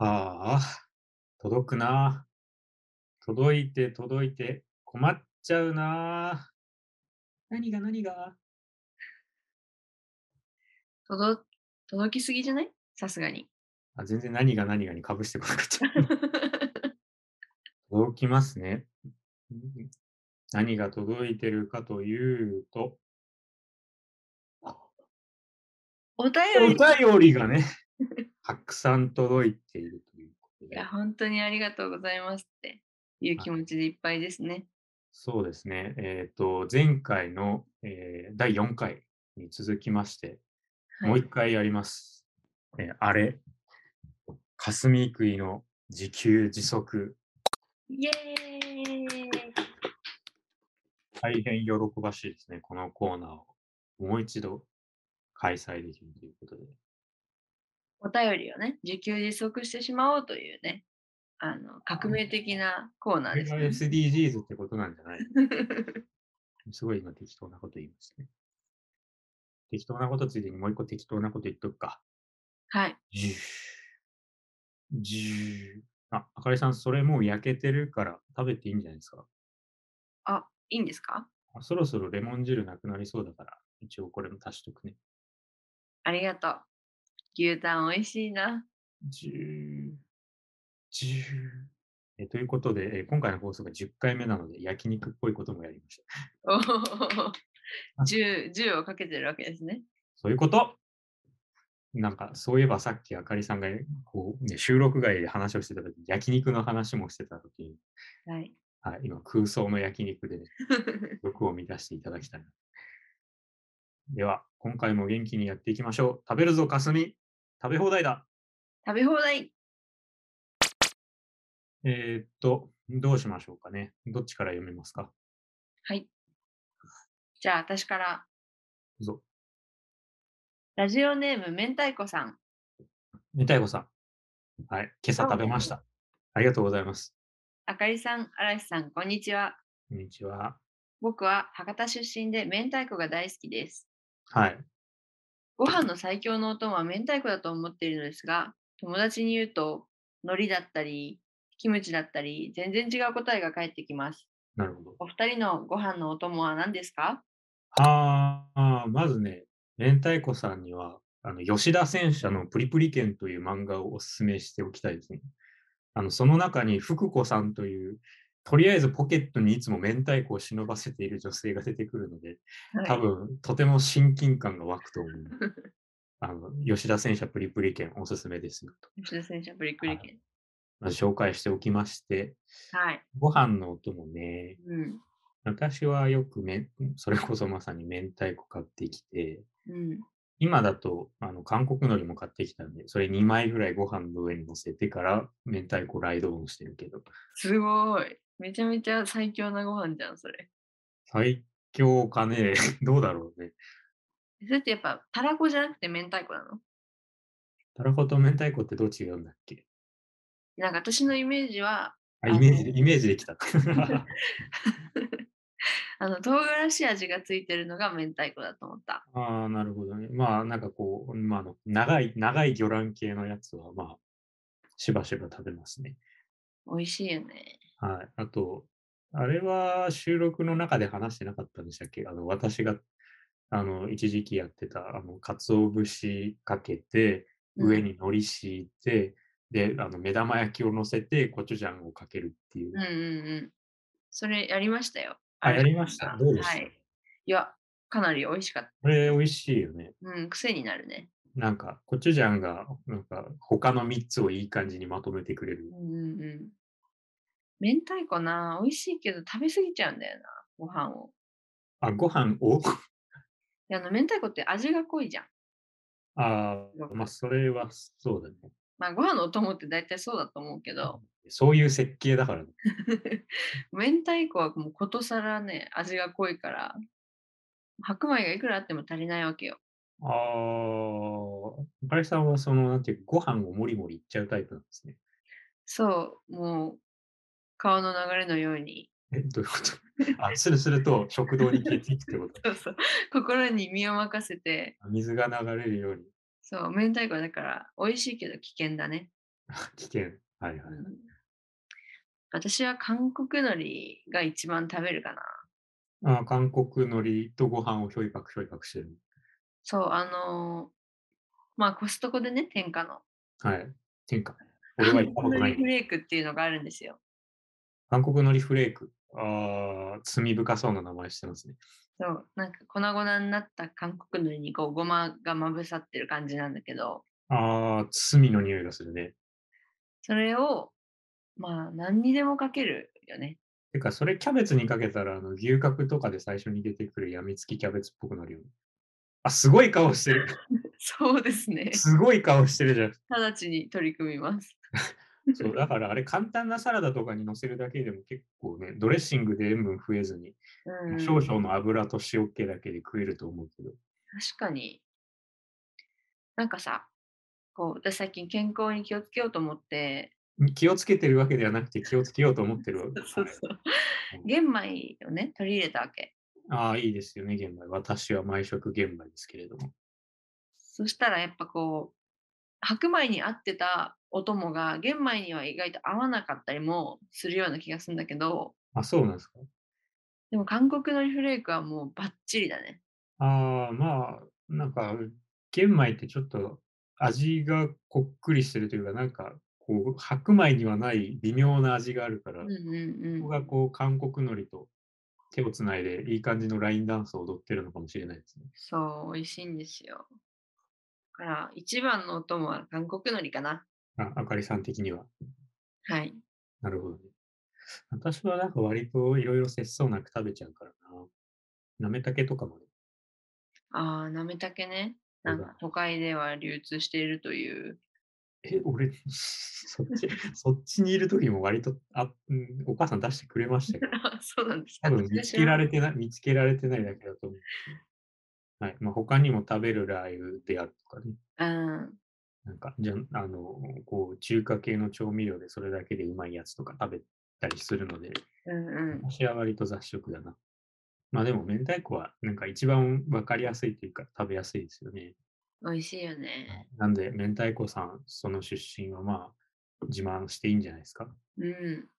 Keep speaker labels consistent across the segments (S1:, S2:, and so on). S1: あ、届くな。届いて届いて困っちゃうな。何が何が
S2: 届、届きすぎじゃないさす がに。
S1: あ全然何が何がにかぶしてこなかっ た。届きますね。ん何が届いてるかというと、
S2: お便
S1: お
S2: り。
S1: 便りが ね、たくさん届いているということ
S2: い
S1: で
S2: や、、本当にありがとうございますっていう気持ちでいっぱいですね。
S1: そうですね、えっ、と、前回の、えー第4回に続きまして、
S2: はい
S1: もう一回やります。えーあれ、霞食いの自給自足、
S2: イエーイ
S1: 大変喜ばしいですね、このコーナーを。もう一度開催できるということで。
S2: お便りをね、自給自足してしまおうというね、あの革命的なコーナ
S1: こ
S2: ー
S1: れ
S2: です
S1: が
S2: ね。
S1: SDGs ってことなんじゃないすごい今適当なこと言いますね。適当なことついでにもう一個適当なこと言っとくか。
S2: はい。
S1: ジュージューあ、あかりさん、それもう焼けてるから食べていいんじゃないですか。
S2: あ、いいんですか
S1: あそろそろレモン汁なくなりそうだから、一応これも足しとくね。
S2: ありがとう。牛タン美味しいな。
S1: ジュージューえということで、えー今回の放送が10回目なので、焼肉っぽいこともやりました。
S2: おー銃銃をかけてるわけですね。
S1: そういうことなんか、そういえばさっきあかりさんが、こう、ね、収録外で話をしてた時に、焼肉の話もしてた時に、
S2: はい。
S1: はい、今、空想の焼肉でね、欲を満たしていただきたいな。では、今回も元気にやっていきましょう。食べるぞ、かすみ食べ放題だ
S2: 食べ放題。
S1: えーっと、どうしましょうかね。どっちから読めますか
S2: はい。じゃあ、私から。
S1: どうぞ。
S2: ラジオネーム、明太子さん。
S1: めたいこさん。はい、今朝食べました。ありがとうございます。
S2: あかりさん、嵐さん、こんにちは。
S1: こんにちは。
S2: 僕は博多出身で明太子が大好きです。
S1: はい。
S2: ご飯の最強のお供は明太子だと思っているのですが、友達に言うと、海苔だったり、キムチだったり、全然違う答えが返ってきます。
S1: なるほど。
S2: お二人のご飯のお供は何ですか
S1: ああ、まずね、明太子さんには、あの吉田戦車のプリプリ剣という漫画をお勧めしておきたいですね。あのその中に福子さんという、とりあえずポケットにいつも明太子を忍ばせている女性が出てくるので、多分とても親近感が湧くと思う。あの吉田戦車プリプリ剣おすすめですよと
S2: 吉田選手、ブリックリケン。
S1: まず紹介しておきまして、
S2: はい。
S1: ご飯のお供ね、
S2: うん。
S1: 私はよくめん それこそまさに明太子買ってきて、
S2: うん。
S1: 今だとあの韓国海苔も買ってきたんで、それ2枚ぐらいご飯の上に乗せてから明太子ライドオンしてるけど、
S2: すごい。めちゃめちゃ最強なご飯じゃん、それ。
S1: 最強かね、 どうだろうね。
S2: それってやっぱ、たらこじゃなくて明太子なの
S1: たらこと明太子ってどう違うんだっけ
S2: なんか私のイメージは、
S1: あ、
S2: あの
S1: イメージで、イメージできた。
S2: あの、唐辛子味がついてるのが明太子だと思った。
S1: ああ、なるほどね。まあ、なんかこう、まああの、長い、長い魚卵系のやつは、まあ、しばしば食べますね。
S2: 美味しいよね。
S1: はい。あと、あれは収録の中で話してなかったんでしたっけあの、私が、あの、一時期やってた、あの、鰹節かけて、
S2: うん
S1: 上に海苔敷いて、で、あの、目玉焼きを乗せて、コチュジャンをかけるっていう
S2: うん。うんうん。それやりましたよ。
S1: あ、やりま
S2: し
S1: した。どうでした、
S2: はい。いや、かなり美味しかった。
S1: これ、美味しいよね。
S2: うん、癖になるね。
S1: なんか、コチュジャンが、なんか、他の3つをいい感じにまとめてくれる
S2: う。んうんうん。明太子な、美味しいけど食べ過ぎちゃうんだよな、ご飯を。
S1: あ、ご飯を
S2: であの、明太子って味が濃いじゃん。
S1: あーまあ、それはそうだね。
S2: まあ、ご飯のお供って大体そうだと思うけど、
S1: そういう設計だからね。
S2: 明太子はもうことさらね、味が濃いから、白米がいくらあっても足りないわけよ。
S1: ああ、あかりさんはその、なんていうか、ご飯をもりもりいっちゃうタイプなんですね。
S2: そう、もう、川の流れのように、
S1: え、どういうこと あ、するすると食堂に消えていくってこと。
S2: そうそう心に身を任せて、
S1: 水が流れるように
S2: そう、明太子だから、美味しいけど危険だね。
S1: 危険。はいはい。
S2: うん私は韓国海苔が一番食べるかな。
S1: あー韓国海苔とご飯をひょいぱくひょいぱくしてる。
S2: そう、あのーまあコストコでね、天下の。
S1: はい。天下。俺は
S2: 韓
S1: 行ったこ
S2: 国
S1: と
S2: 海
S1: な
S2: 苔フ
S1: い。
S2: レークっていうのがあるんですよ。
S1: 韓国海苔フレーク。ああ、罪深そうな名前してますね。
S2: そう、なんか粉々になった韓国海苔にこうごまがまぶさってる感じなんだけど、
S1: ああ、罪の匂いがするね。
S2: それをまあ何にでもかけるよね。
S1: てか、それキャベツにかけたら、あの牛角とかで最初に出てくるやみつきキャベツっぽくなるよね。あ、すごい顔してる。
S2: そうですね。
S1: すごい顔してるじゃん。
S2: 直ちに取り組みます。
S1: そうだからあれ簡単なサラダとかに乗せるだけでも結構ね、ドレッシングで塩分増えずに、
S2: うん、
S1: 少々の油と塩気だけで食えると思うけど。
S2: 確かに。なんかさ、こう私最近健康に気をつけようと思って、
S1: 気をつけてるわけではなくて気をつけようと思ってる。
S2: そうそう 玄米をね、取り入れたわけ。
S1: ああ、いいですよね、玄米。私は毎食玄米ですけれども。
S2: そしたらやっぱこう、白米に合ってたお供が玄米には意外と合わなかったりもするような気がするんだけど、
S1: あ、そうなんですか。
S2: でも韓国のりフレークはもうバッチリだね。
S1: ああ、まあ、なんか、玄米ってちょっと味がこっくりしてるというか、なんか、こう、白米にはない微妙な味があるから、
S2: うんうん
S1: ここ
S2: うん。
S1: がこう、韓国海苔と手をつないで、いい感じのラインダンスを踊ってるのかもしれないですね。
S2: そう、美味しいんですよ。だから一番のお供は韓国のりかな。
S1: あ、あかりさん的には。
S2: はい。
S1: なるほどね。私はなんか割といろいろ節操なく食べちゃうからな。なめたけとかもね。
S2: ああ、なめたけね。
S1: そ
S2: な
S1: うんだ
S2: か都会では流通しているという。
S1: え、俺、 そっち、そっちにいる時も割と、あ、うんお母さん出してくれましたけど、
S2: あそうなんです
S1: 多分見つけら
S2: れ
S1: れてない、見つけられてないだけだと思う。はい。まあ、他にも食べるラー油であるとかね。
S2: うん。
S1: なんか、じゃん、あの、こう、中華系の調味料でそれだけでうまいやつとか食べたりするので、
S2: うんうん。
S1: 私は割と雑食だな。まあでも、明太子はなんか一番わかりやすいというか、食べやすいですよね。
S2: 美味しいよね。
S1: なんで、明太子さん、その出身はまあ、自慢していいんじゃないですか。
S2: うん。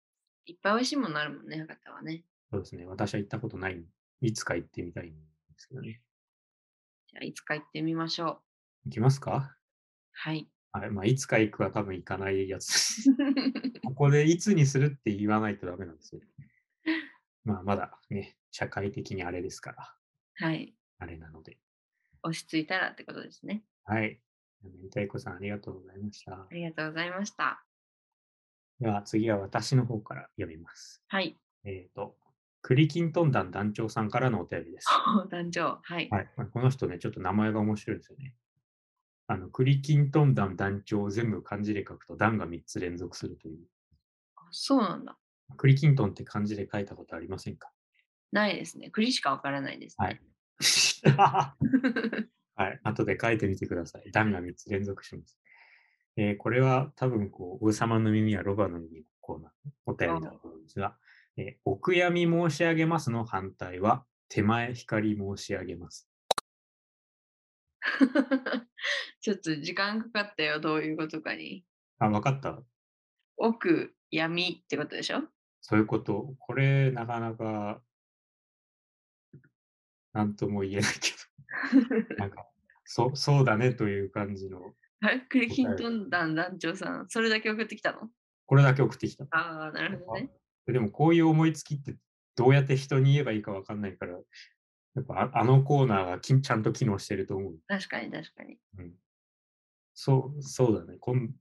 S2: いっぱい美味しいものあるもんね、博多はね。
S1: そうですね。私は行ったことない。いつか行ってみたいんですけどね。
S2: じゃあ、いつか行ってみましょう。
S1: 行きますか
S2: はい。
S1: はい。まあ、いつか行くは多分行かないやつです。ここでいつにするって言わないとダメなんですよ。まあ、まだね、社会的にあれですから、
S2: はい。
S1: あれなので。
S2: 落ち着いたらってことですね。
S1: はい。明太子さん、ありがとうございました
S2: あ。りがとうございました。
S1: では、次は私の方から読みます。
S2: はい。
S1: えっ、と、栗きんとん団団長さんからのお便りです。
S2: 団長。はい。
S1: はい、まあこの人ね、ちょっと名前が面白いですよね。あの、栗きんとん団団長を全部漢字で書くと団が3つ連続するという。
S2: あそうなんだ。
S1: 栗きんとんって漢字で書いたことありませんか
S2: ないですね。栗しかわからないですね。
S1: はいはい、後で書いてみてください。段が3つ連続します。えーこれは多分こう、王様の耳はロバの耳のコーナー、お便りだと思うんですが、えーお悔やみ申し上げますの反対は、手前光申し上げます。
S2: ちょっと時間かかったよ。どういうことかに。
S1: あ、わかった。
S2: 奥、闇ってことでしょ
S1: そういうこと。これ、なかなか、なんとも言えないけど、なんか、そそうだねという感じの、
S2: はい、クリキントン団団長さん、それだけ送ってきたの
S1: これだけ送ってきた。
S2: ああ、なるほどね。
S1: でもこういう思いつきってどうやって人に言えばいいかわかんないから、やっぱああのコーナーがきんちゃんと機能してると思う。
S2: 確かに確かに。
S1: うん、そう、そうだねこん。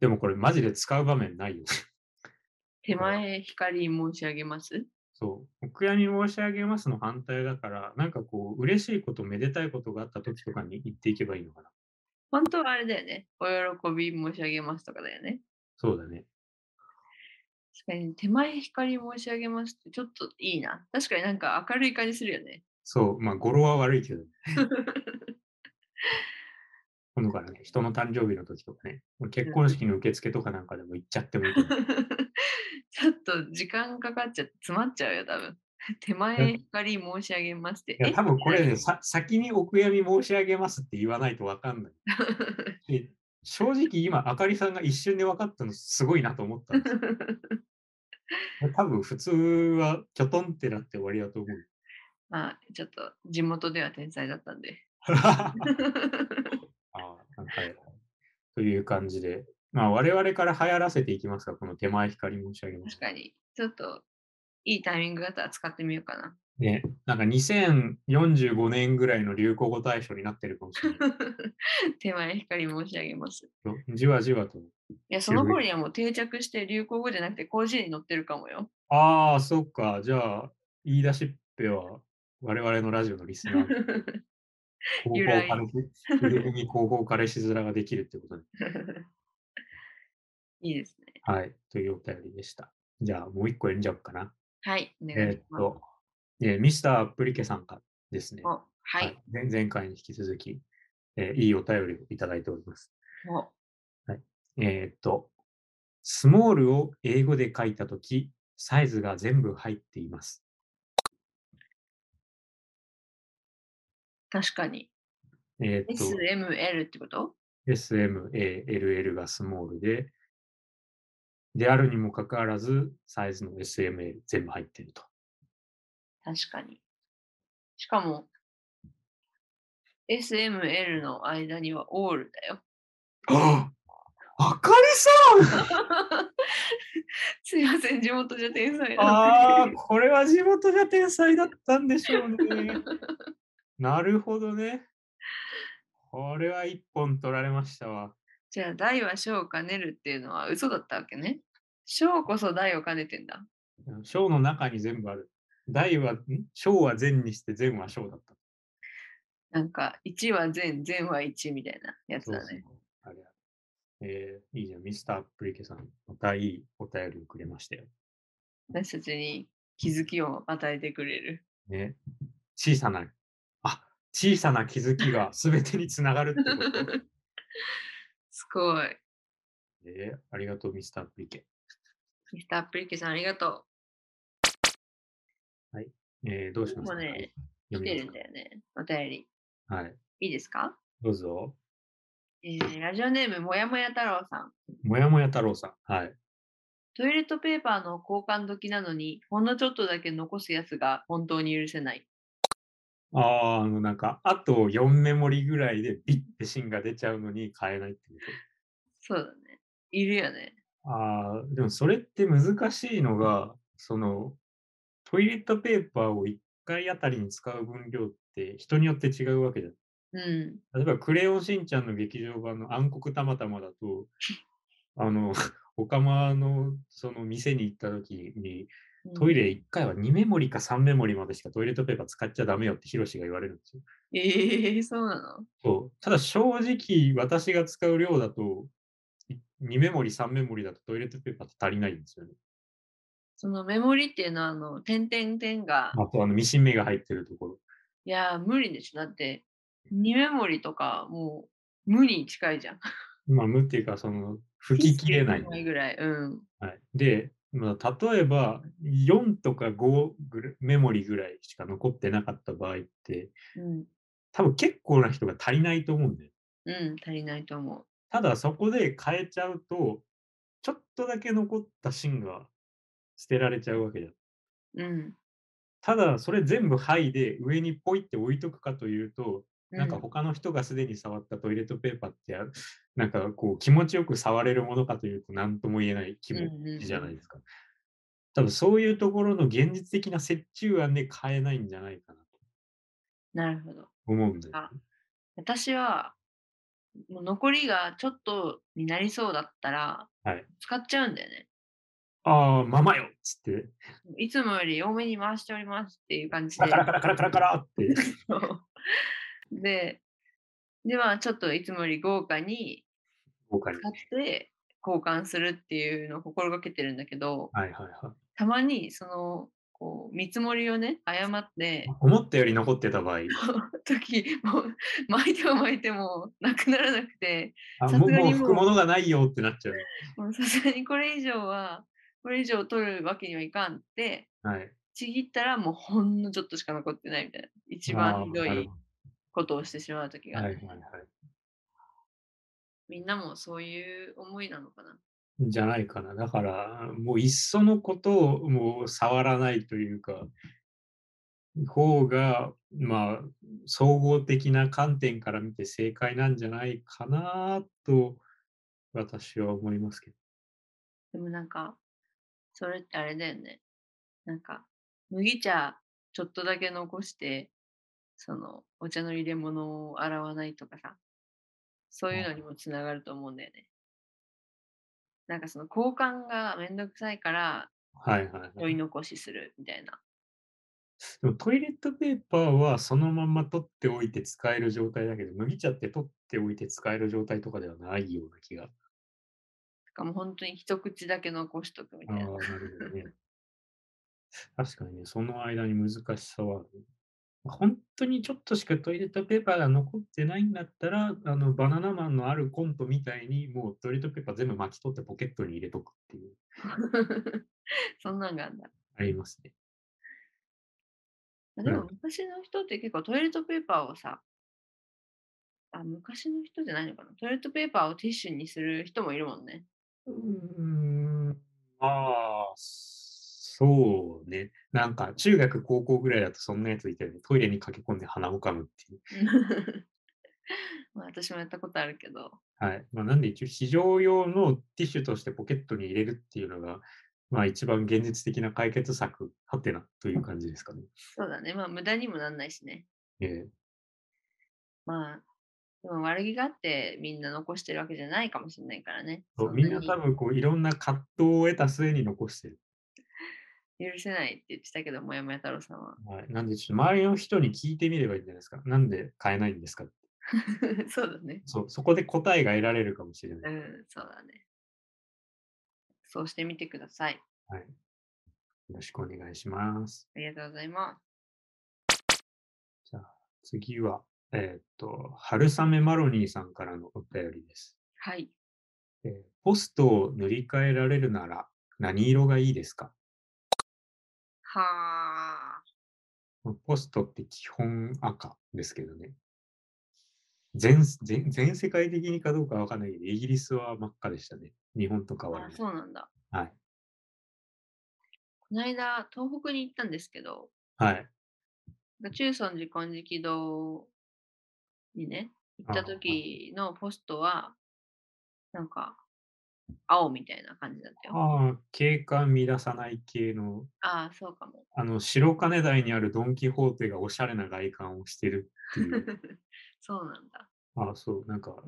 S1: でもこれマジで使う場面ないよね。
S2: 手前光申し上げます。
S1: そう。お悔やみ申し上げますの反対だから、なんかこう、嬉しいこと、めでたいことがあった時とかに言っていけばいいのかな。
S2: 本当はあれだよね。お喜び申し上げますとかだよね。
S1: そうだね。
S2: 確かに手前光申し上げますってちょっといいな。確かになんか明るい感じするよね。
S1: そう。まあ、語呂は悪いけど、ね。今度からね、人の誕生日の時とかね、結婚式の受付とかなんかでも行っちゃってもいいかも。
S2: ちょっと時間かかっちゃって詰まっちゃうよ、多分。 手前光申し上げますって。
S1: いや、
S2: え
S1: 多分これね、さ先にお悔やみ申し上げますって言わないとわかんない。で正直今、あかりさんが一瞬で分かったのすごいなと思ったんです。多分普通はキョトンってなって終わりだと思う。
S2: まあ、ちょっと地元では天才だったんで。
S1: あーはい、という感じで、まあ、我々から流行らせていきますが、この手前光申し上げます
S2: 確。かに、ちょっといいタイミングだったら使ってみようかな。
S1: ね、なんか2045年ぐらいの流行語大賞になってるかもしれない。
S2: 手前光申し上げます。い
S1: じわじわと。
S2: や、その頃にはもう定着して流行語じゃなくて甲子園に載ってるかもよ。
S1: ああ、そっか。じゃあ、言い出しっぺは我々のラジオのリスナー。高 校
S2: 由
S1: 彼
S2: 来
S1: 氏、ゆるふみ高校彼氏面ができるってことで。
S2: いいですね。
S1: はい。というお便りでした。じゃあ、もう一個読んじゃおうかな。
S2: はい、お願い
S1: えー
S2: し
S1: っ
S2: ます。
S1: と、えーミスタープリケさんからですね。
S2: おは
S1: はい
S2: い。
S1: 前前回に引き続き、えーいいお便りをいただいております。
S2: お
S1: えーっと、スモールを英語で書いたとき、サイズが全部入っています。
S2: 確かに。
S1: えーっと、
S2: SML ってこと
S1: SMALL がスモールで、であるにもかかわらず、サイズの SML 全部入っていると。
S2: 確かに。しかも、SML の間には all だよ。
S1: ああかりさん
S2: すいません、地元じゃ天才
S1: あ
S2: な
S1: あ
S2: ん、で。
S1: これは地元が天才だったんでしょ うね。なるほどね。これは一本取られましたわ。
S2: じゃあ、大は小を兼ねるっていうのは嘘だったわけね。小こそ大を兼ねてんだ。
S1: 章の中に全部ある。大は、ん章は善にして善は章だった。
S2: なんか、1は全、全は1みたいなやつだね。
S1: そうそうあれあれえーいいじゃん、ミスタープリケさん。またいいお便りをくれましたよ。
S2: 私たちに気づきを与えてくれる。
S1: ね。小さな、あ小さな気づき が全てにつながるってこと。
S2: すごい。
S1: えーありがとう、ミスタープリケ。
S2: ミスタープリケさん、ありがと
S1: えーどうしますか
S2: もうね、う。来
S1: 読
S2: て
S1: み
S2: る
S1: ま
S2: んだよね。お便
S1: す
S2: り。
S1: かはい。
S2: いいですか
S1: どうぞ。
S2: えーラジオネームもやもや太郎さん。
S1: もやもや太郎さん。はい。
S2: トイレットペーパーの交換時なのに、ほんのちょっとだけ残すやつが本当に許せない。
S1: ああ、あの、なんか、あと4メモリぐらいでビッて芯が出ちゃうのに変えないってこと。
S2: そうだね。いるよね。
S1: ああ、でもそれって難しいのが、そのトイレットペーパーを1回あたりに使う分量って人によって違うわけじゃん。
S2: うん。
S1: 例えば、クレヨンしんちゃんの劇場版の暗黒たまたまだと、あの、 おかまのその店に行った時に、
S2: うん
S1: トイレ1回は2メモリか3メモリまでしかトイレットペーパー使っちゃダメよってヒロシが言われるんですよ。
S2: ええそうなの
S1: そう。ただ正直、私が使う量だと、2メモリ、3メモリだとトイレットペーパーって足りないんですよね。
S2: そのメモリっていうのは、あの、点々点が、
S1: あとあのミシン目が入ってるところ。
S2: いやー、無理でしょ。だって、2メモリとか、もう、無に近いじゃん。
S1: まあ、無っていうか、その、 吹き切れない。
S2: ぐらい。うん。
S1: はい、で、まあ、例えば、4とか5ぐらいメモリぐらいしか残ってなかった場合って、
S2: うん。
S1: 多分結構な人が足りないと思うんだよ。
S2: うん、足りないと思う。
S1: ただ、そこで変えちゃうと、ちょっとだけ残った芯が捨てられちゃうわけじゃん。
S2: うん。
S1: ただ、それ全部はいで上にポイって置いとくかというと、なんか
S2: うん
S1: 他の人がすでに触ったトイレットペーパーってや、なんかこう気持ちよく触れるものかというと何とも言えない気持ちじゃないですか。多分そういうところの現実的な折衷案で変えないんじゃないかなと
S2: なるほど。
S1: 思うんだよね
S2: あ私はもう残りがちょっとになりそうだったら、
S1: はい
S2: 使っちゃうんだよね。
S1: ああ、ママよっつって、
S2: いつもより多めに回しておりますっていう感じ
S1: カ
S2: で
S1: ラ。カラカラカラカラカラ って。
S2: で、ではちょっといつもより豪華に
S1: 豪華に
S2: 買って交換するっていうのを心がけてるんだけど、
S1: はいはいはい。
S2: たまにそのこう見積もりをね、誤って、
S1: 思ったより残ってた 場合、
S2: 時もう 巻いても巻いてもなくならなくて、
S1: あ
S2: さすが
S1: もう
S2: に
S1: もう拭
S2: もう
S1: くものがないよってなっちゃう。
S2: もうさすがにこれ以上は、これ以上取るわけにはいかんって、
S1: はい。
S2: ちぎったらもうほんのちょっとしか残ってないみたいな。一
S1: あ
S2: 番
S1: ー
S2: ひど
S1: なる
S2: いことをしてしまう時
S1: ほど
S2: があ
S1: はい
S2: る。
S1: はいはい。
S2: みんなもそういう思いなのかな。
S1: じゃないかな。だから、もういっそのことをもう触らないというか、方が、まあ、総合的な観点から見て正解なんじゃないかなと、私は思いますけど。
S2: でもなんか、それってあれだよね。なんか、麦茶ちょっとだけ残して、その、お茶の入れ物を洗わないとかさ、そういうのにもつながると思うんだよね。なんかその交換がめんどくさいから、
S1: はいはい、は
S2: 取
S1: い。
S2: り
S1: で
S2: 残しするみたいな。
S1: もトイレットペーパーはそのまま取っておいて使える状態だけど、麦茶って取っておいて使える状態とかではないような気が。
S2: とかもう本当に一口だけ残しとくみ
S1: あ
S2: た
S1: あ、
S2: い
S1: な
S2: な。
S1: るほどね。確かにね、その間に難しさはある。本当にちょっとしかトイレットペーパーが残ってないんだったら、あのバナナマンのあるコントみたいに、もうトイレットペーパー全部巻き取ってポケットに入れとくっていう、
S2: そんなんがあんだ。
S1: ありますね。
S2: あで
S1: う
S2: も昔の人って結構トイレットペーパーをさ、あ、昔の人じゃないのかな。トイレットペーパーをティッシュにする人もいるもんね。
S1: うーん、まあ、そうね。なんか中学、高校ぐらいだとそんなやついたよね。トイレに駆け込んで鼻をかむっていう。
S2: まあ私もやったことあるけど、
S1: はい。まあ、なんで一応、非常用のティッシュとしてポケットに入れるっていうのが、まあ一番現実的な解決策、はてなという感じですかね。
S2: そうだね。まあ無駄にもなんないしね。
S1: え
S2: まあ、でも悪気があってみんな残してるわけじゃないかもしれないからね。
S1: ー
S2: そ
S1: みんな
S2: に
S1: 多分こういろんな葛藤を得た末に残してる。
S2: 許せないって言ってたけど、もやもや太郎さんは。
S1: はい、なんでちょっと周りの人に聞いてみればいいんじゃないですか。なんで買えないんですか
S2: そうだね。
S1: そうそこで答えが得られるかもしれ
S2: う
S1: ない。
S2: ん、そうだね。そうしてみてください。
S1: はい、よろしくお願いします。
S2: ありがとうございます。
S1: 次は、えーっと、春雨マロニーさんからのお便りです。
S2: はい。
S1: えーポストを塗り替えられるなら何色がいいですか
S2: はあ。
S1: まあポストって基本赤ですけどね。全全全世界的にかどうかわかんないけど、イギリスは真っ赤でしたね。日本と変わら
S2: あ
S1: ない。
S2: そうなんだ。
S1: はい。
S2: この間、東北に行ったんですけど、
S1: はい。
S2: なんか中尊寺金色堂にね、行った
S1: あはい
S2: 時のポストは、なんか、青みたいな感じだったよ。
S1: ああ、景観乱さない系の、
S2: ああ、そうか も。
S1: あの、白金台にあるドン・キホーテがおしゃれな外観をしてるって いう。
S2: そうなんだ。
S1: あそう、なんか、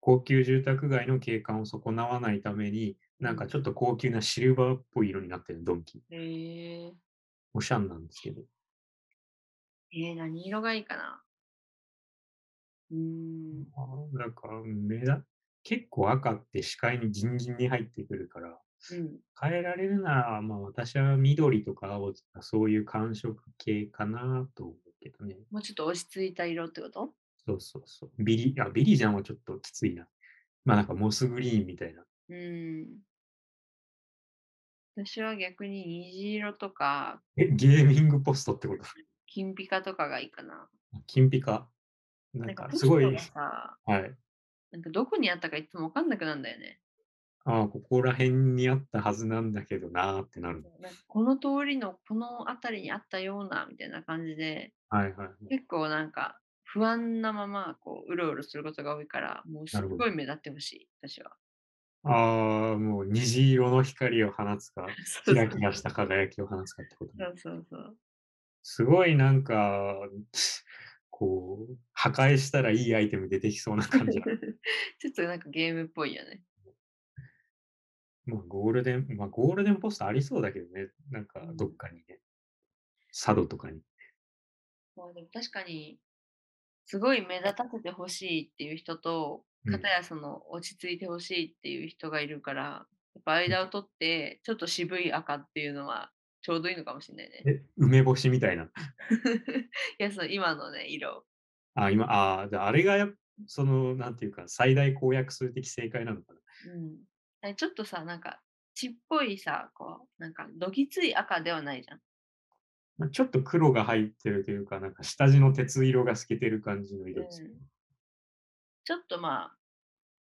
S1: 高級住宅街の景観を損なわないために、なんかちょっと高級なシルバーっぽい色になってるドンキ。
S2: へえ
S1: おしゃんなんですけど。
S2: えー、何色がいいかなうーん、
S1: あなんか、目だ、結構赤って視界にギンギンに入ってくるから、
S2: うん、
S1: 変えられるなら、まあ私は緑とか青とかそういう寒色系かなと思うけどね。
S2: もうちょっと落ち着いた色ってこと
S1: そうそうそう。ビリ、あ、ビリジャンはちょっときついな。まあなんかモスグリーンみたいな。
S2: うん。私は逆に虹色とか
S1: え、ゲーミングポストってこと
S2: 金ピカとかがいいかな。
S1: 金ピカ。な
S2: なんんか
S1: か
S2: ポス
S1: す
S2: ト
S1: ごい、
S2: がさ、
S1: はい。
S2: なんかどこにあったかいつも分かんなくなるんだよね。
S1: ああ、ここら辺にあったはずなんだけどなーってなる。
S2: なんかこの通りのこの辺りにあったようなみたいな感じで、
S1: はいはい。
S2: 結構なんか不安なままこううろうろすることが多いから、もうす
S1: な
S2: っ
S1: るほど
S2: ごい目立ってほしい、私は。
S1: ああ、もう虹色の光を放つか、
S2: そ
S1: キ
S2: うそ
S1: ラ
S2: う
S1: キラした輝きを放つかってことね。
S2: そうそう。
S1: すごいなんか、こう、破壊したらいいアイテム出てきそうな感じ だ。
S2: ちょっとなんかゲームっぽいよね。
S1: まあゴールデン、まあゴールデンポストありそうだけどね、なんかどっかにね。佐渡とかに。
S2: まあでも確かに、すごい目立たせてほしいっていう人と、
S1: うん
S2: かたやその落ち着いてほしいっていう人がいるから、やっぱ間を取って、ちょっと渋い赤っていうのはちょうどいいのかもしれないね。
S1: え、梅干しみたいな。
S2: いや、その今のね、色。
S1: あ、今、ああ、じゃああれがやっ、その、なんていうか、最大公約数的正解なのかな。
S2: うんあれ、ちょっとさ、なんか血っぽいさ、こう、なんかどぎつい赤ではないじゃん。
S1: まあちょっと黒が入ってるというか、なんか下地の鉄色が透けてる感じの色です。
S2: うんちょっとまあ、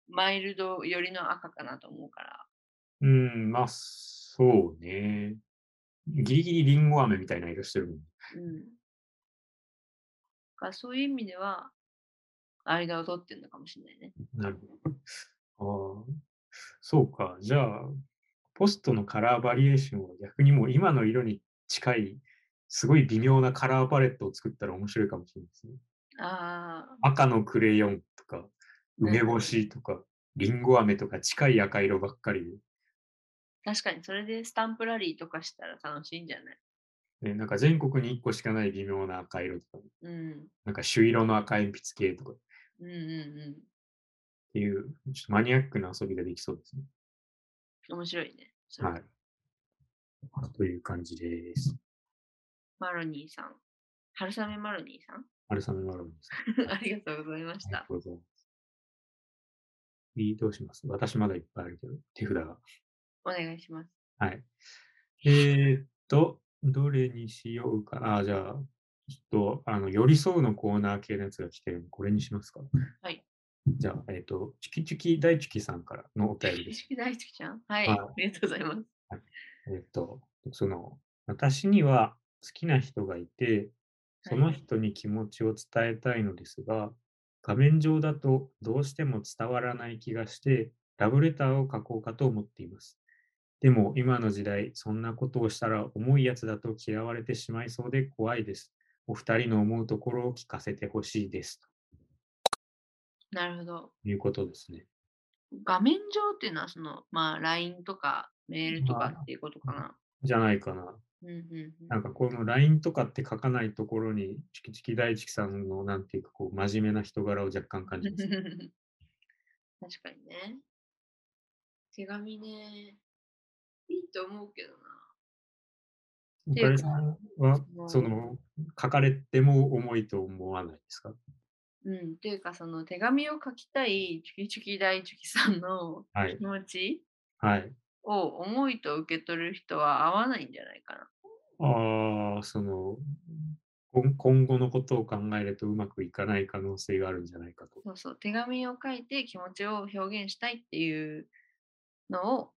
S2: マイルド寄りの赤かなと思うから。
S1: うん、まあ、そうね。ギリギリリンゴ飴みたいな色してるもん。
S2: うん。だからそういう意味では、間を取ってるのかもしれないね。
S1: なるほど。ああ、そうか。じゃあ、ポストのカラーバリエーションは逆にもう今の色に近い、すごい微妙なカラーパレットを作ったら面白いかもしれないですね。
S2: ああ、
S1: 赤のクレヨンとか、梅干しとか、リンゴ飴とか近い赤色ばっかり
S2: 確かにそれでスタンプラリーとかしたら楽しいんじゃない
S1: で、ね、なんか全国に1個しかない微妙な赤色とか、
S2: うん。
S1: なんか朱色の赤鉛筆系とかっ
S2: うんうん
S1: ていう、ちょっとマニアックな遊びができそうですね。
S2: うん。面白いね。それ
S1: はい。という感じです。
S2: マロニーさん。春雨マロニーさん。
S1: 春雨マロンです。
S2: ありがとうございまし
S1: ありが
S2: た。
S1: とうございます。えーどうします私まだいっぱいあるけど、手札が。
S2: お願いします。
S1: はい。えーっと、どれにしようかな。あ、じゃあ、ちょっと、あの、寄り添うのコーナー系のやつが来てるんで、これにしますか。
S2: はい。
S1: じゃあ、えーっと、チュキチュキ大チュキさんからのお便りです。
S2: 石木大好きちゃん。はい。
S1: はい
S2: ありがとうございます。
S1: えっと、その、私には好きな人がいて、その人に気持ちを伝えたいのですが、画面上だとどうしても伝わらない気がして、ラブレターを書こうかと思っています。でも今の時代、そんなことをしたら重いやつだと嫌われてしまいそうで怖いです。お二人の思うところを聞かせてほしいです。
S2: なるほど。
S1: ということですね。
S2: 画面上っていうのは、その、まあ、LINE とかメールと
S1: ま
S2: か
S1: あ
S2: っていうことかな。
S1: じゃないかな。
S2: うんうんう。
S1: なんんかこの LINE とかって書かないところに、チキチキ大地さんのなんていうかこう真面目な人柄を若干感じます。
S2: 確かにね。手紙ね。いいと思うけどな。
S1: お
S2: てい
S1: か
S2: う
S1: え
S2: か
S1: さんは
S2: もう
S1: その書かれても重いと思わないですか
S2: うん。というか、その手紙を書きたいチュキチュキ大チュキさんの
S1: はい
S2: 気持ち
S1: はい。
S2: を思いと受け取る人は合わないんじゃないかな。
S1: ああ、その今今後のことを考えるとうまくいかない可能性があるんじゃないかと。
S2: そうそう、手紙を書いて気持ちを表現したいっていうのを、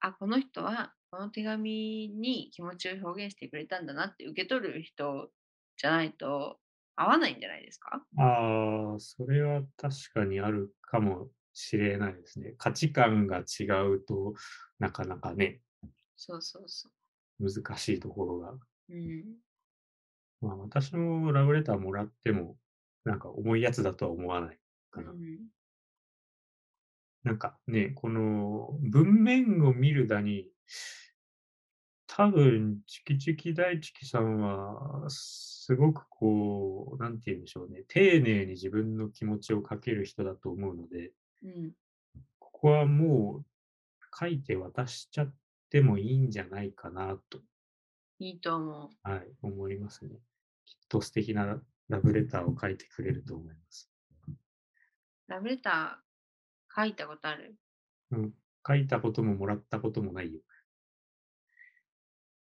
S2: あ、この人はこの手紙に気持ちを表現してくれたんだなって受け取る人じゃないと合わないんじゃないですか
S1: ああ、それは確かにあるかもしれないですね。価値観が違うとなかなかね、
S2: そうそうそ
S1: 難しいところが
S2: う。うん。
S1: まあ、私もラブレターもらっても、なんか重いやつだとは思わないかな。
S2: うん
S1: なんかね、この文面を見るだに、多分、チキチキ大チキさんは、すごくこう、なんて言うんでしょうね、丁寧に自分の気持ちをかける人だと思うので、
S2: うん。
S1: ここはもう書いて渡しちゃってもいいんじゃないかなと、
S2: いいと思う。
S1: はい、思いますね。きっと素敵なラブレターを書いてくれると思います。
S2: ラブレター書いたことある
S1: うん、書いたことももらったこともないよ。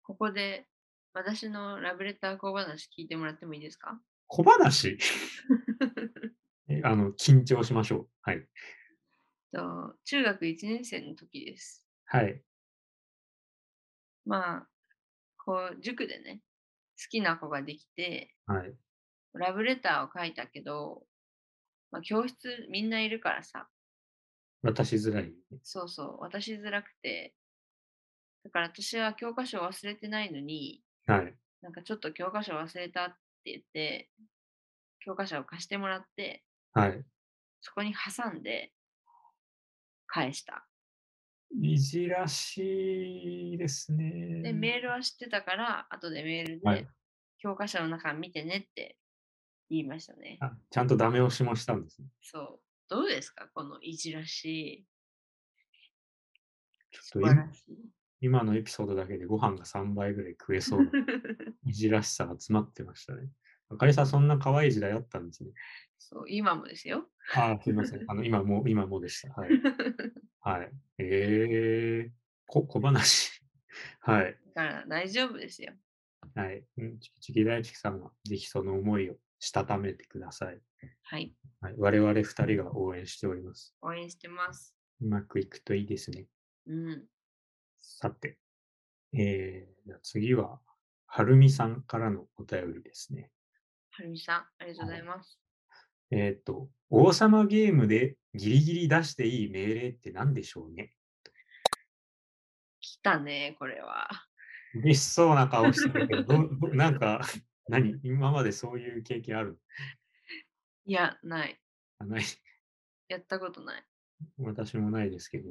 S2: ここで私のラブレター小話聞いてもらってもいいですか
S1: 小 話えあの、緊張しましょう。はい。
S2: と中学1年生の時です。
S1: はい。
S2: まあ、こう、塾でね、好きな子ができて、
S1: はい。
S2: ラブレターを書いたけど、まあ、教室みんないるからさ、
S1: 渡しづらい。
S2: そうそう、私づらくて、だから私は教科書を忘れてないのに、
S1: はい。
S2: なんかちょっと教科書忘れたって言って、教科書を貸してもらって、
S1: はい。
S2: そこに挟んで、返した。
S1: いじらしいですね。
S2: で、メールは知ってたから、後でメールで、
S1: はい
S2: 教科書の中見てねって言いましたね。
S1: あちゃんとダメ押しもしたんですね。
S2: そう。どうですかこのいじらしい。
S1: ち
S2: 素
S1: ょっと
S2: 晴
S1: 今
S2: らしい。
S1: 今のエピソードだけでご飯が3杯ぐらい食え そうないじらしさが詰まってましたね。あかりさん、そんな可愛い時代あったんですね。
S2: そう、今もですよ。
S1: あー、すみません。あの、今も、今もでした。 はい。はい。えー、こ小話。 はい。
S2: だから大丈夫ですよ。
S1: はい。うんチキチキ大地さんは、ぜひその思いをしたためてください。
S2: はい。
S1: はい、我々二人が応援しております。
S2: 応援してます。
S1: うまくいくといいですね。
S2: うん。
S1: さて、えー、じゃあ次は、はるみさんからのお便りですね。
S2: はるみさん、ありがとうございます。
S1: えーっと、王様ゲームでギリギリ出していい命令って何でしょうね。
S2: 来たね、これは。
S1: 嬉しそうな顔してるけど、どどなんか、何 今までそういう経験ある
S2: いや、ない。
S1: あない
S2: やったことない。
S1: 私もないですけど。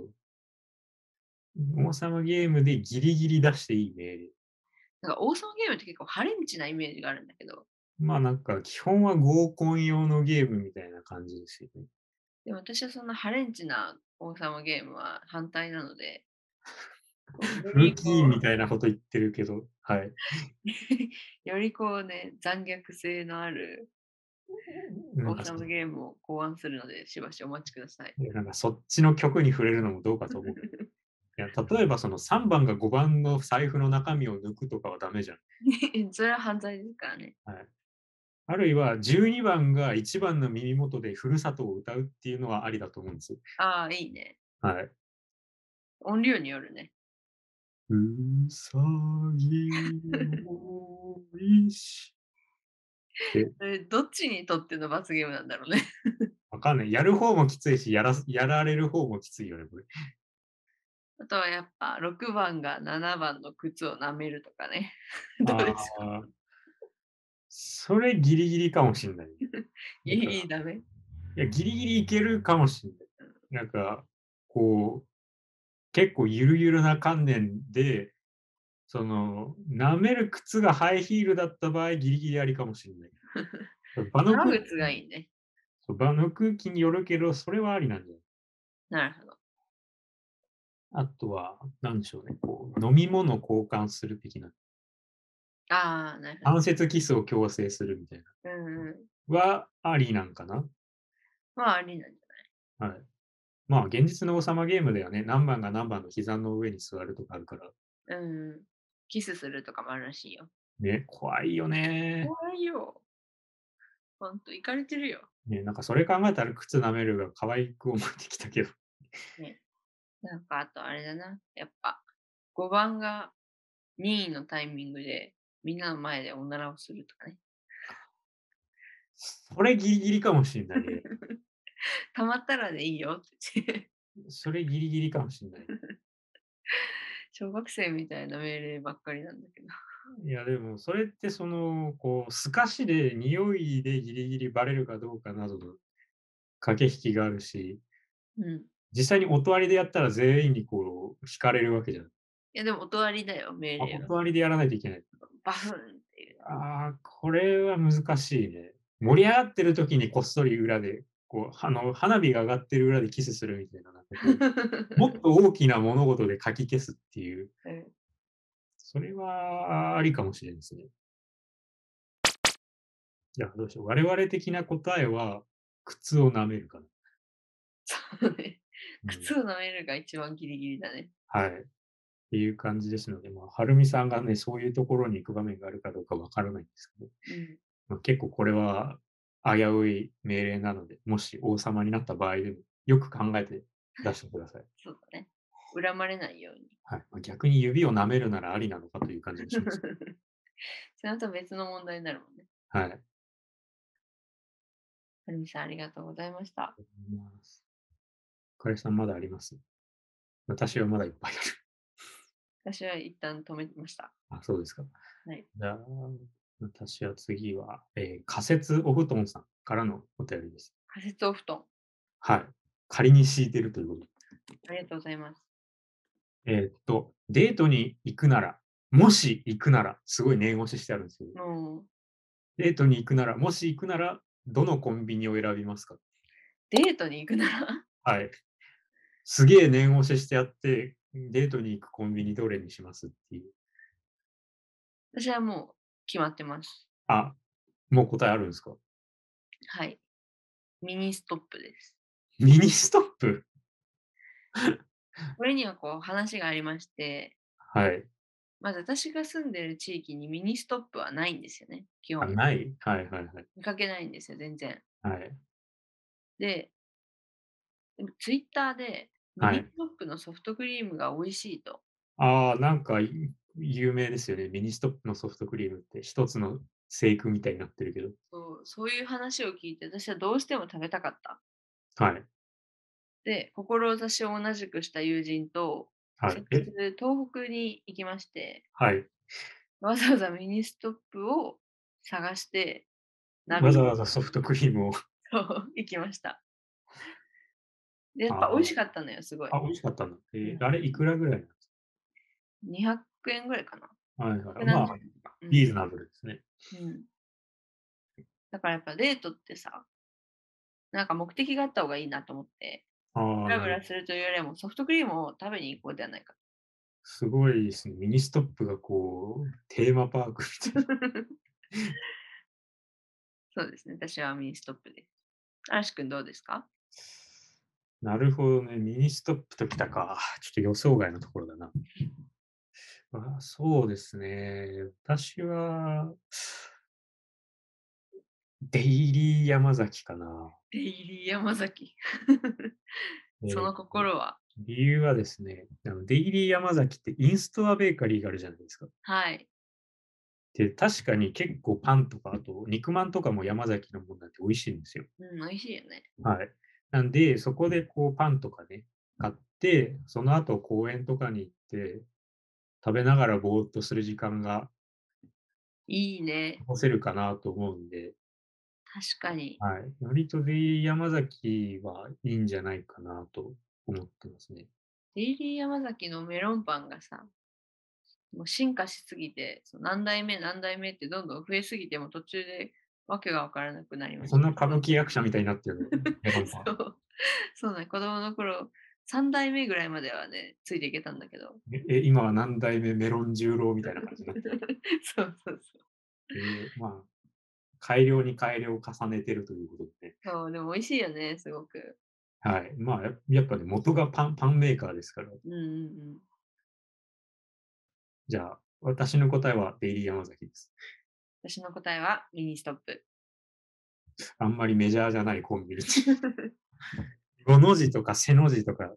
S1: 王様ゲームでギリギリ出していい命令。
S2: なんか、王様ゲームって結構ハレンチなイメージがあるんだけど、
S1: まあなんか基本は合コン用のゲームみたいな感じですよね。
S2: でも私はそんなハレンチな王様ゲームは反対なので、
S1: ルーキーみたいなこと言ってるけど、はい。
S2: よりこうね、残虐性のある
S1: な
S2: 王
S1: んか
S2: 様ゲームを考案するので、しばしお待ちください。
S1: いやなんかそっちの曲に触れるのもどうかと思うけど。いや例えばその3番が5番の財布の中身を抜くとかはダメじゃん。
S2: それは犯罪ですからね。
S1: あるいは12番が1番の耳元でふるさとを歌うっていうのはありだと思うんですよ。
S2: ああ、いいね。
S1: はい。
S2: 音量によるね。
S1: うさぎをいし。
S2: それどっちにとっての罰ゲームなんだろうね。
S1: わかんない。やる方もきついし、やらすやられる方もきついよね、これ。
S2: あとはやっぱ6番が7番の靴を舐めるとかね。 どうですか
S1: あーそれギリギリかもしんない。
S2: いいいいダメ
S1: いや、ギリギリいけるかもしんない。なんか、こう、結構ゆるゆるな観念で、その、舐める靴がハイヒールだった場合、ギリギリありかもし んない。場の
S2: 長
S1: 空
S2: 靴がいいね。
S1: 場の空気によるけど、それはありなんじゃない
S2: なるほど。
S1: あとは、なんでしょうね、こう、飲み物交換する的な、
S2: ああ、なるほど。
S1: 関節キスを強制するみたいな、
S2: うんうん。
S1: はありなんかな
S2: まあ、ありなんじ
S1: はい。まあ、現実の王様ゲームではね、何番が何番の膝の上に座るとかあるから、
S2: ゃないうんうん。キスするとかもあるらしいよ。
S1: ね、怖いよね。
S2: 怖いよ。ほんと、いかれてるよ。
S1: ね、なんかそれ考えたら靴舐めるが可愛く思えてきたけど。
S2: なんか、あとあれだな。やっぱ、5番が任意のタイミングで、みんなの前でおならをするとかね。
S1: それギリギリかもしんないね。
S2: たまったらでいいよって言って。
S1: それギリギリかもしんない。
S2: 小学生みたいな命令ばっかりなんだけど。
S1: いや、でもそれってその、こう、透かしで匂いでギリギリバレるかどうかなどの駆け引きがあるし、
S2: うん。
S1: 実際におとわりでやったら全員にこう、惹かれるわけじゃない。
S2: いや、でも、おとわりだよ、命
S1: あ
S2: 令
S1: お
S2: は。
S1: とわりでやらないといけない。
S2: バフンっていう。
S1: ああ、これは難しいね。盛り上がってる時にこっそり裏で、こう、あの、花火が上がってる裏でキスするみたいな、なんかこうもっと大きな物事で書き消すっていう、
S2: うん
S1: それはありかもしれないですね。じゃあ、どうしよう。我々的な答えは、靴を舐めるかな。
S2: そうね。
S1: うん
S2: 靴を舐めるが一番ギリギリだね。
S1: はい。っていう感じですので、まあ、はるみさんがね、そういうところに行く場面があるかどうかわからないんですけど、
S2: うん。
S1: まあ、結構これは危うい命令なので、もし王様になった場合でも、よく考えて出してください。
S2: そうだね。恨まれないように。
S1: はいまあ、逆に指を舐めるならありなのかという感じがします。
S2: そのと別の問題になるもんね。
S1: はい。
S2: はるみさん、ありがとうございました。
S1: かえさんまだあります私はまだいっぱいある。
S2: 私は一旦止めました。
S1: あ、そうですか。
S2: はい。
S1: じゃあ、私は次は、えー仮説お布団さんからのお便りです。
S2: 仮説お布団。
S1: はい。仮に敷いてるということで
S2: ありがとうございます。
S1: えーっと、デートに行くなら、もし行くなら、すごい念押ししてあるんですけど、
S2: もう、
S1: デートに行くなら、もし行くなら、どのコンビニを選びますか
S2: デートに行くなら
S1: はい。すげえ念押ししてあって、デートに行くコンビニどれにしますっていう。
S2: 私はもう決まってます。
S1: あ、もう答えあるんですか
S2: はい。ミニストップです。
S1: ミニストップ
S2: これにはこう話がありまして、
S1: はい。
S2: まず私が住んでる地域にミニストップはないんですよね、基
S1: あ
S2: 本。
S1: ないはいはいはい。
S2: 見かけないんですよ、全然。
S1: はい。
S2: で、でもツイッターでミ
S1: はい
S2: ニストップのソフトクリームが美味しいと、
S1: ああ、なんかい有名ですよね。ミニストップのソフトクリームって一つの生クみたいになってるけど。
S2: そうそういう話を聞いて私はどうしても食べたかった。
S1: はい。
S2: で、志を同じくした友人と、
S1: はい
S2: 先。日
S1: え
S2: 東北に行きまして、
S1: はい。
S2: わざわざミニストップを探して、ナビ
S1: わざわざソフトクリームを。
S2: そう行きました。で、やっぱ美味しかったのよ、すごい。
S1: あ、美味しかったんだ。えーあれ、いくらぐらいなんです
S2: 200円ぐらいかな。
S1: かはいはい。
S2: 170
S1: まあ、
S2: うん
S1: リーズナブルですね。
S2: うんだからやっぱデートってさ、なんか目的があった方がいいなと思って、
S1: ああ
S2: ブラブ
S1: な
S2: ラ
S1: る、
S2: するというよりもソフトクリームを食べに行こうではないか。
S1: すごいですね。ミニストップがこう、テーマパークみたいな。
S2: そうですね、私はミニストップです。嵐くんどうですか
S1: な るほどね。ミニストップときたか。ちょっと予想外のところだな。あそうですね。私は、デイリー山崎かな。
S2: デイリー山崎。
S1: えー
S2: その心は、
S1: 理由はですね、あのデイリー山崎ってインストアベーカリーがあるじゃないですか。
S2: はい。
S1: で、確かに結構パンとか、あと肉まんとかも山崎のものなんて美味しいんですよ。
S2: うん、美味しいよね。
S1: はい。なんで、そこでこうパンとかね、買って、その後公園とかに行って、食べながらぼーっとする時間が
S2: いいね。
S1: 干せるかなと思うんで、
S2: 確かに。
S1: はい。割とデイリー山崎はいいんじゃないかなと思ってますね。
S2: デイリー山崎のメロンパンがさ、もう進化しすぎて、そう何代目何代目ってどんどん増えすぎて、もう途中でわけがわからなくなりました。
S1: そんな歌舞伎役者みたいになってるの メロンパン
S2: そうそうだね、子供の頃、3代目ぐらいまではね、ついていけたんだけど。
S1: え、今は何代目メロン十郎みたいな感じになってる。
S2: そうそうそう。
S1: えーまあ、改良に改良を重ねてるということで、ね、
S2: そう、でも美味しいよね、すごく。
S1: はい。まあ、ややっぱね、元がパン、パンメーカーですから、
S2: うんうん
S1: じゃあ、私の答えはデイリー山崎です。
S2: うん。私の答えはミニストップ。
S1: あんまりメジャーじゃないコンビニ。5の字とか背の字とか、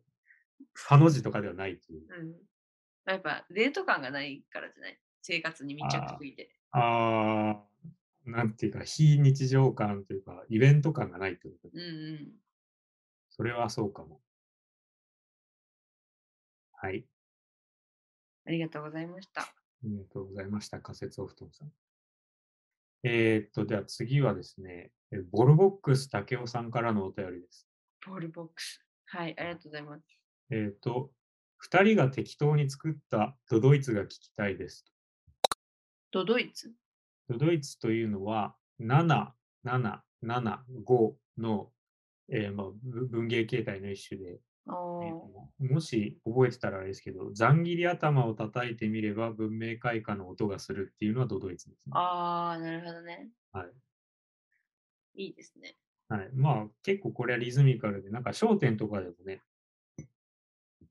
S1: ファの字とかではないっていう。
S2: うん。やっぱデート感がないからじゃない生活に密着しすぎて。
S1: あー、なんていうか、非日常感というか、イベント感がないというか、
S2: うんうん。
S1: それはそうかも。はい。
S2: ありがとうございました。
S1: ありがとうございました。仮説オフトンさん。えーっと、では次はですね、えボルボックス武雄さんからのお便りです。
S2: ボールボックス。はい、ありがとうございます。
S1: えーっと、2人が適当に作ったドドイツが聞きたいです。
S2: ドドイツ
S1: ドドイツというのは、7、7、7、5の、えーまあ、ぶ文芸形態の一種で、えー
S2: おー
S1: ともし覚えてたらあれですけど、ざん切り頭を叩いてみれば文明開化の音がするっていうのはドドイツですね。
S2: あー、なるほどね。
S1: はい
S2: いいですね。
S1: はい、まあ結構これはリズミカルで、なんか焦点とかでもね、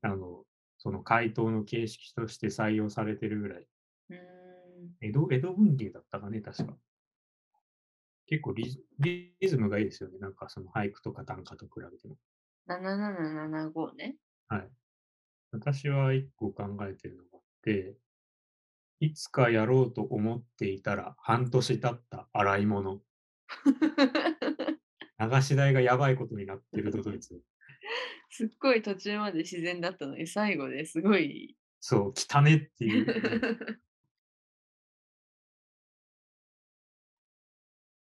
S1: あの、その回答の形式として採用されてるぐらい、
S2: うーん。
S1: 江戸江戸文芸だったかね、確か。結構リズリズムがいいですよね、なんかその俳句とか短歌と比べても。
S2: 7775ね。
S1: はい。私は一個考えてるのがあって、いつかやろうと思っていたら半年経った洗い物。流し台がやばいことになってるとドイツ。
S2: すっごい途中まで自然だったのに、最後ですごい。
S1: そう、汚ねっていう。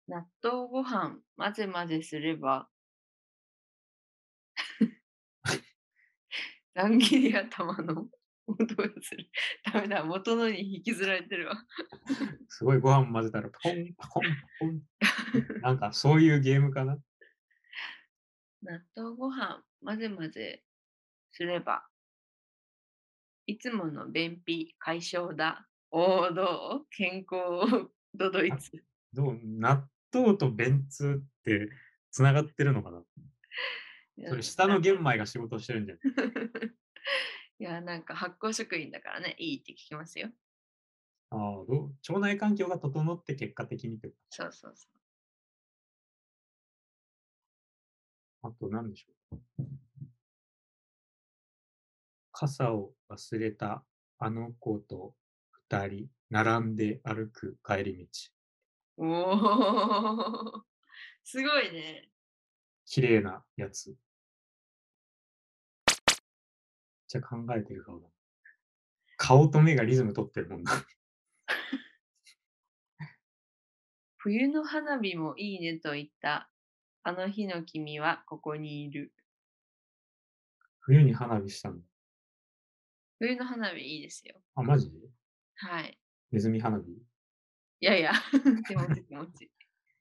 S2: 納豆ご飯混ぜ混ぜすれば 乱切り頭の音がする。ダメだ、元のに引きずられてるわ。
S1: すごいご飯混ぜたらパコンパコンパコン。 なんかそういうゲームかな。
S2: 納豆ご飯混ぜ混ぜすればいつもの便秘解消だ。王道健康ドドイツ。
S1: どう納豆と便通ってつながってるのかなそれ下の玄米が仕事してるんじゃない
S2: いや、なんか発酵食品だからね、いいって聞きますよ。
S1: ああ、どう腸内環境が整って結果的にってこ
S2: そうそうそ
S1: と。あと何でしょう。傘を忘れたあの子と二人、並んで歩く帰り道。
S2: う。おお すごいね。
S1: 綺麗なやつ。めっちゃ考えてる顔だ。顔と目がリズム取ってるもんな。
S2: 冬の花火もいいねと言った。あの日の君はここにいる。
S1: 冬に花火したんだ。
S2: 冬の花火いいですよ。
S1: あ、マジ
S2: はい。
S1: ネズミ花火
S2: いやい や、気持ちいい気持ちいい。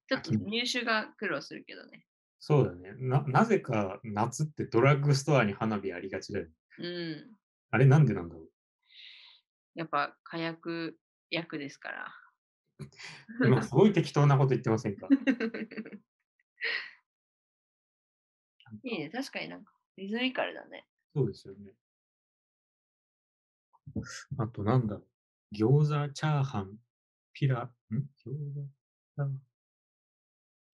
S2: ちょっと入手が苦労するけどね。
S1: そうだね。な、なぜか夏ってドラッグストアに花火ありがちだよね。
S2: うん。
S1: あれなんでなんだろ
S2: やっぱ火薬薬ですから。
S1: う今すごい適当なこと言ってませんか
S2: いいね、確かになんかリズミカルだね。
S1: そうですよね。あとなんだろう餃子、チャーハン、ピラ、ん餃子、チャーハン。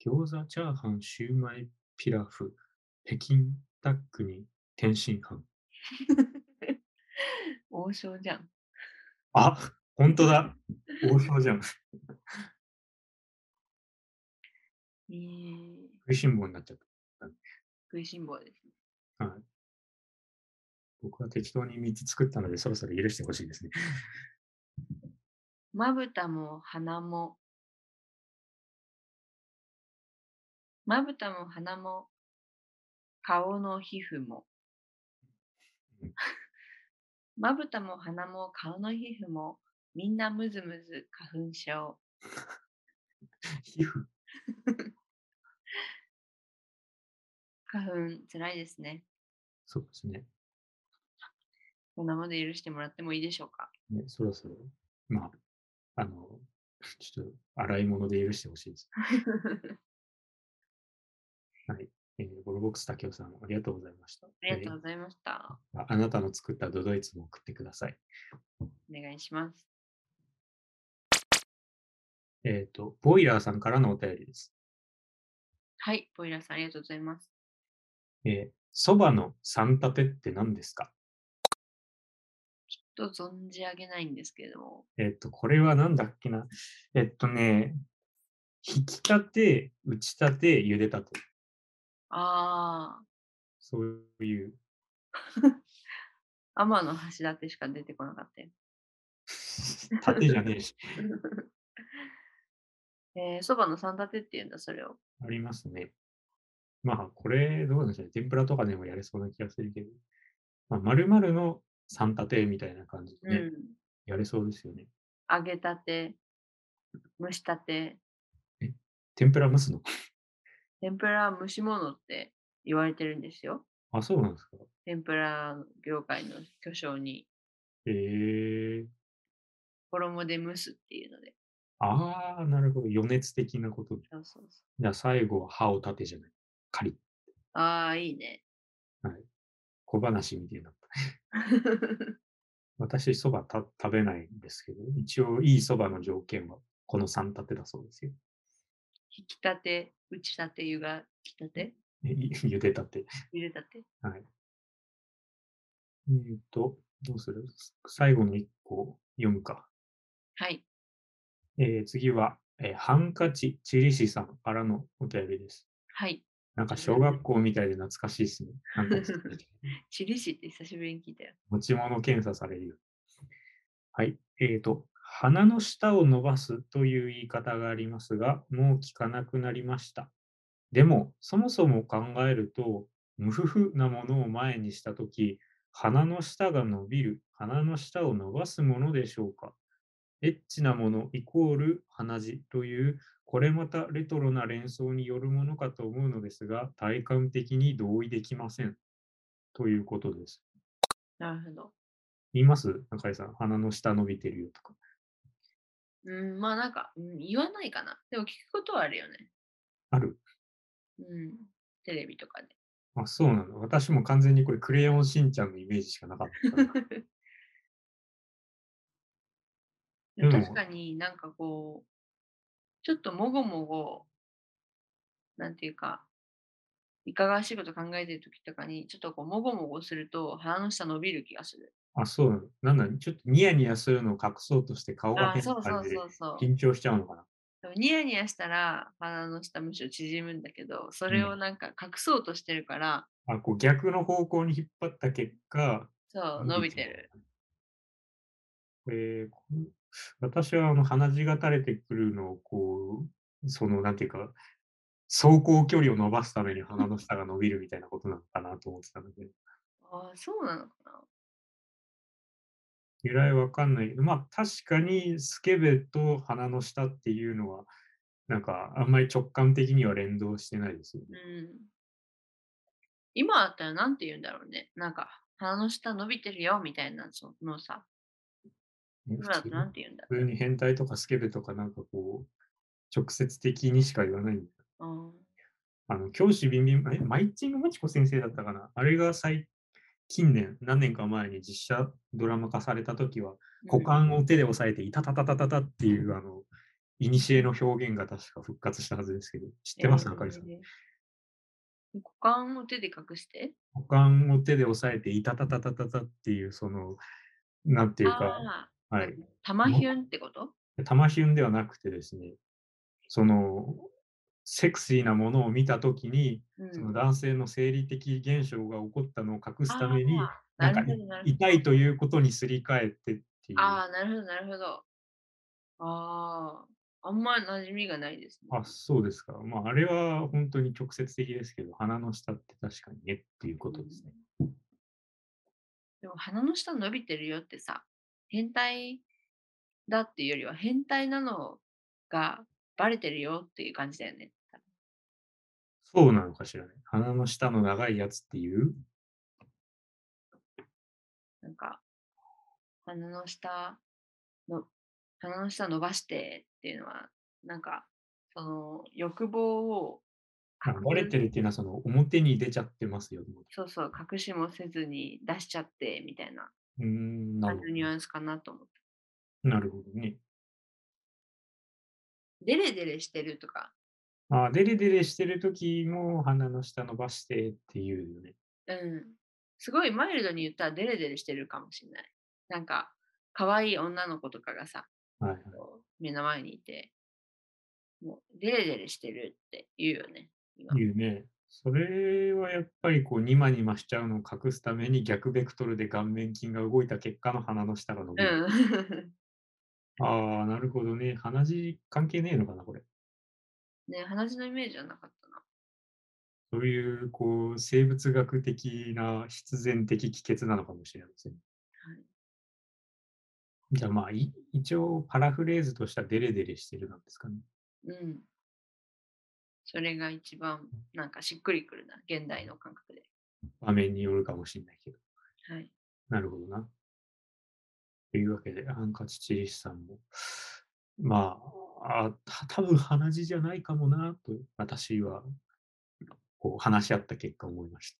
S1: 餃子、チャーハン、シューマイ、ピラフ、北京ダックに天津飯。
S2: 王将じゃん。
S1: あ、本当だ。王将じゃん。
S2: えー、
S1: 食いしん坊になっちゃった。
S2: 食いしん坊ですね。
S1: 僕は適当に3つ作ったので、そろそろ許してほしいですね。
S2: まぶたも鼻も。まぶたも鼻も。顔の皮膚も
S1: うん。
S2: まぶたも鼻も顔の皮膚も。みんなムズムズ花粉症。
S1: 皮膚。
S2: 花粉つらいですね。
S1: そうですね。
S2: こんなもので許してもらってもいいでしょ うか。
S1: ね、そろそろ、まあ、あの、ちょっと洗い物で許してほしいです。えーボロボックス竹雄さん、ありがとうございました。
S2: ありがとうございました。
S1: えーあなたの作ったドドイツも送ってください。
S2: お願いします。
S1: えっ、と、ボイラーさんからのお便りです。
S2: はい、ボイラーさんありがとうございます。
S1: えー、そばの三立てって何ですか
S2: ちょっと存じ上げないんですけれども。
S1: えっ、と、これは何だっけなえっとね、引き立て、打ち立て、茹でたて。
S2: あ
S1: そう いう、
S2: あ、天の橋立しか出てこなかったよ。
S1: 縦じゃねえし、
S2: えー、そばの三立てっていうんだ、それを。
S1: ありますね。まあ、これ、どうなんでしょうね。天ぷらとかでもやれそうな気がするけど、まあ、丸々の三立てみたいな感じでね、
S2: うん。
S1: やれそうですよね。
S2: 揚げたて、蒸したて、
S1: 天ぷら蒸すの
S2: 天ぷらは蒸し物って言われてるんですよ。
S1: あ、そうなんですか。
S2: 天ぷら業界の巨匠に
S1: へえ
S2: 衣で蒸すっていうので。
S1: ああ、なるほど。余熱的なことね。
S2: そうそうそ
S1: じゃあ最後は歯を立てじゃない。カリッ
S2: う。ああ、いいね。
S1: 小話みたいになった。私、そばた食べないんですけど、一応いいそばの条件はこの3立てだそうですよ。
S2: 引き立て、打ち立て、湯がきたて、
S1: えい 茹でたて。
S2: 茹でたて。
S1: えっ、と、どうする最後の1個読むか。
S2: はい。
S1: えー次は、えーハンカチチリシさんからのお便りです。
S2: はい。
S1: なんか小学校みたいで懐かしいですね。なんか
S2: チリシって久しぶりに聞いたよ。
S1: 持ち物検査されるよ。はい。えー、と、鼻の下を伸ばすという言い方がありますが、もう聞かなくなりました。でも、そもそも考えると、無夫婦なものを前にしたとき、鼻の下が伸びる、鼻の下を伸ばすものでしょうか。エッチなものイコール鼻血という、これまたレトロな連想によるものかと思うのですが、体感的に同意できません。ということです。
S2: なるほど。
S1: 言います中井さん、鼻の下伸びてるよとか。
S2: うん、まあなんか、うん、言わないかな。でも聞くことはあるよね。
S1: ある
S2: うん。テレビと かで。
S1: あ、そうなの。私も完全にこれ、クレヨンしんちゃんのイメージしかなかったから。でも
S2: 確かになんかこう、ちょっともごもご、なんていうか、いかがわしいこと考えてる時とかに、ちょっとこう、もごもごすると鼻の下伸びる気がする。
S1: あ、そう。なんだ、ちょっとニヤニヤするのを隠そうとして顔が
S2: あ
S1: 変
S2: そ
S1: な
S2: うそ
S1: 感
S2: う
S1: じで
S2: そうそう。
S1: 緊張しちゃうのかな。
S2: でもニヤニヤしたら鼻の下むしろ縮むんだけど、それをなんか隠そうとしてるから、
S1: あ、こう逆の方向に引っ張った結果、
S2: そう、伸びてる。。
S1: これ、こう私はあの鼻血が垂れてくるのを、こう、その、なんていうか、走行距離を伸ばすために鼻の下が伸びるみたいなことなのかなと思ってたんだけど、
S2: ああ、そうなのか
S1: 由来わかんないけど、まあ確かにスケベと鼻の下っていうのは、なんかあんまり直感的には連動してないですよね。
S2: な。うん。今だったらなんて言うんだろうね。なんか、鼻の下伸びてるよみたいなそのさ、今だ
S1: 普
S2: と
S1: 通
S2: なんて言うんだろ
S1: 普通に変態とかスケベとかなんかこう、直接的にしか言わないんだ
S2: う。うん
S1: あの、教師ビンビン、えマイチングマチコ先生だったかなあれが最近年、何年か前に実写ドラマ化された時は、股間を手で押さえて、いたたたたたたっていう、あの、いにしえの表現が確か復活したはずですけど、知ってます、あかりさん。
S2: えー股間を手で隠して
S1: 股間を手で押さえて、いたたたたたたっていう、その、なんていうか、
S2: ああ、
S1: はい。
S2: 玉ひゅんってこと
S1: 玉ひゅんではなくてですね、その、セクシーなものを見たときに、
S2: うん
S1: その男性の生理的現象が起こったのを隠すために、
S2: ああ
S1: なん
S2: な
S1: か
S2: るほどなるほど。
S1: 痛いということにすり替えてっていう。
S2: ああ、なるほど、なるほど。ああ、あんま馴染みがないですね。
S1: あそうですか。まあ、あれは本当に直接的ですけど、鼻の下って確かにねっていうことですね。
S2: でも鼻の下伸びてるよってさ、変態だっていうよりは変態なのがバレてるよっていう感じだよね。
S1: そうなのかしらね。鼻の下の長いやつっていう。
S2: なんか、鼻の下の、鼻の下伸ばしてっていうのは、なんか、その欲望を
S1: あバレてるっていうのは、その表に出ちゃってますよ。
S2: そうそう、隠しもせずに出しちゃってみたいな
S1: うーんなる
S2: 感
S1: ほ
S2: じのニュアンスかなと思って。
S1: ど。なるほどね。
S2: デレデレしてるとか、
S1: あデレデレしてる時も鼻の下伸ばしてっていうよね。
S2: うん。すごいマイルドに言ったらデレデレしてるかもしれない。なんか、可愛い女の子とかがさ、
S1: はいはい、
S2: こう目の前にいて、もうデレデレしてるって言うよね。今
S1: いうね。それはやっぱりこうニマニマしちゃうのを隠すために逆ベクトルで顔面筋が動いた結果の鼻の下が伸び
S2: う
S1: る。
S2: ん。
S1: ああ、なるほどね。鼻血関係ねえのかな、これ。
S2: ね、話のイメージはなかったな。
S1: そういう、こう、生物学的な必然的帰結なのかもしれません。じゃあまあ、い一応パラフレーズとしたデレデレしてるなんですかね。
S2: うん。それが一番なんかしっくりくるな、現代の感覚で。
S1: 場面によるかもしれないけど。
S2: はい。
S1: なるほどな。というわけで、ハンカチチリスさんも、まあ、あた 多分鼻血じゃないかもなと、私は、こう、話し合った結果思いました。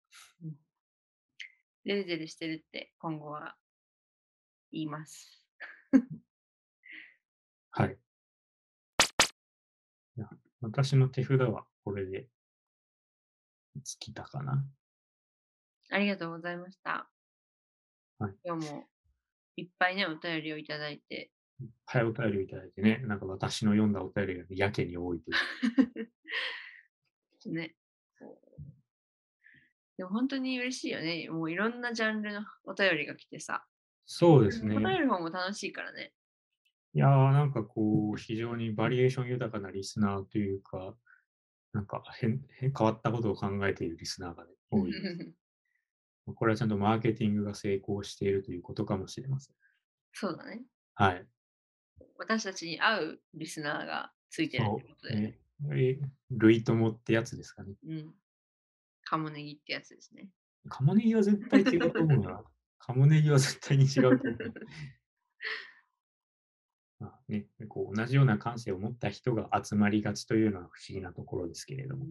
S2: デレデレしてるって今後は言います。
S1: はい。いや私の手札はこれで尽きたかな。
S2: ありがとうございました。
S1: はい
S2: 今日もいっぱいね、お便りをいただいて、
S1: はい、お便りをいただいてね、なんか私の読んだお便りがやけに多いという。
S2: ね。こうでも本当に嬉しいよね。もういろんなジャンルのお便りが来てさ。
S1: そうですね。
S2: 答える方も楽しいからね。
S1: いやー、なんかこう、非常にバリエーション豊かなリスナーというか、なんか変変変わったことを考えているリスナーがね、多いです。これはちゃんとマーケティングが成功しているということかもしれません。
S2: そうだね。
S1: はい。
S2: 私たちに合うリスナーがついてるってこ
S1: そ
S2: と
S1: う
S2: で、ね
S1: ね。え類友ってやつですかね。
S2: うん。カモネギってやつですね。
S1: カモネギは絶対違うと思う な。カモネギは絶対に違うと思う。 まあね、こう同じような感性を持った人が集まりがちというのは不思議なところですけれども、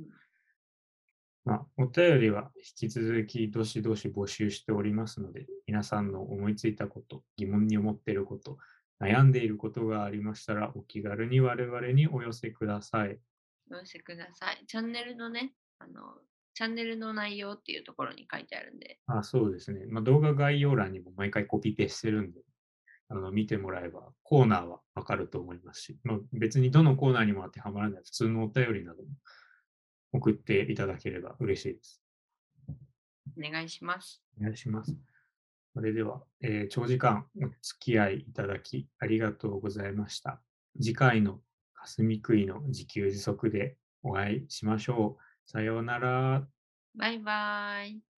S1: まあ、お便りは引き続きどしどし募集しておりますので、皆さんの思いついたこと、疑問に思っていること、悩んでいることがありましたら、お気軽に我々にお寄せください。
S2: お寄せください。チャンネルのね、あの、チャンネルの内容っていうところに書いてあるんで、
S1: あそうですね。まあ、動画概要欄にも毎回コピペしてるんで、あの見てもらえばコーナーはわかると思いますし、まあ、別にどのコーナーにも当てはまらない普通のお便りなども送っていただければ嬉しいです。
S2: お願いします。
S1: お願いします。それでは、えー長時間お付き合いいただきありがとうございました。次回の霞食いの自給自足でお会いしましょう。さようなら。
S2: バイバイ。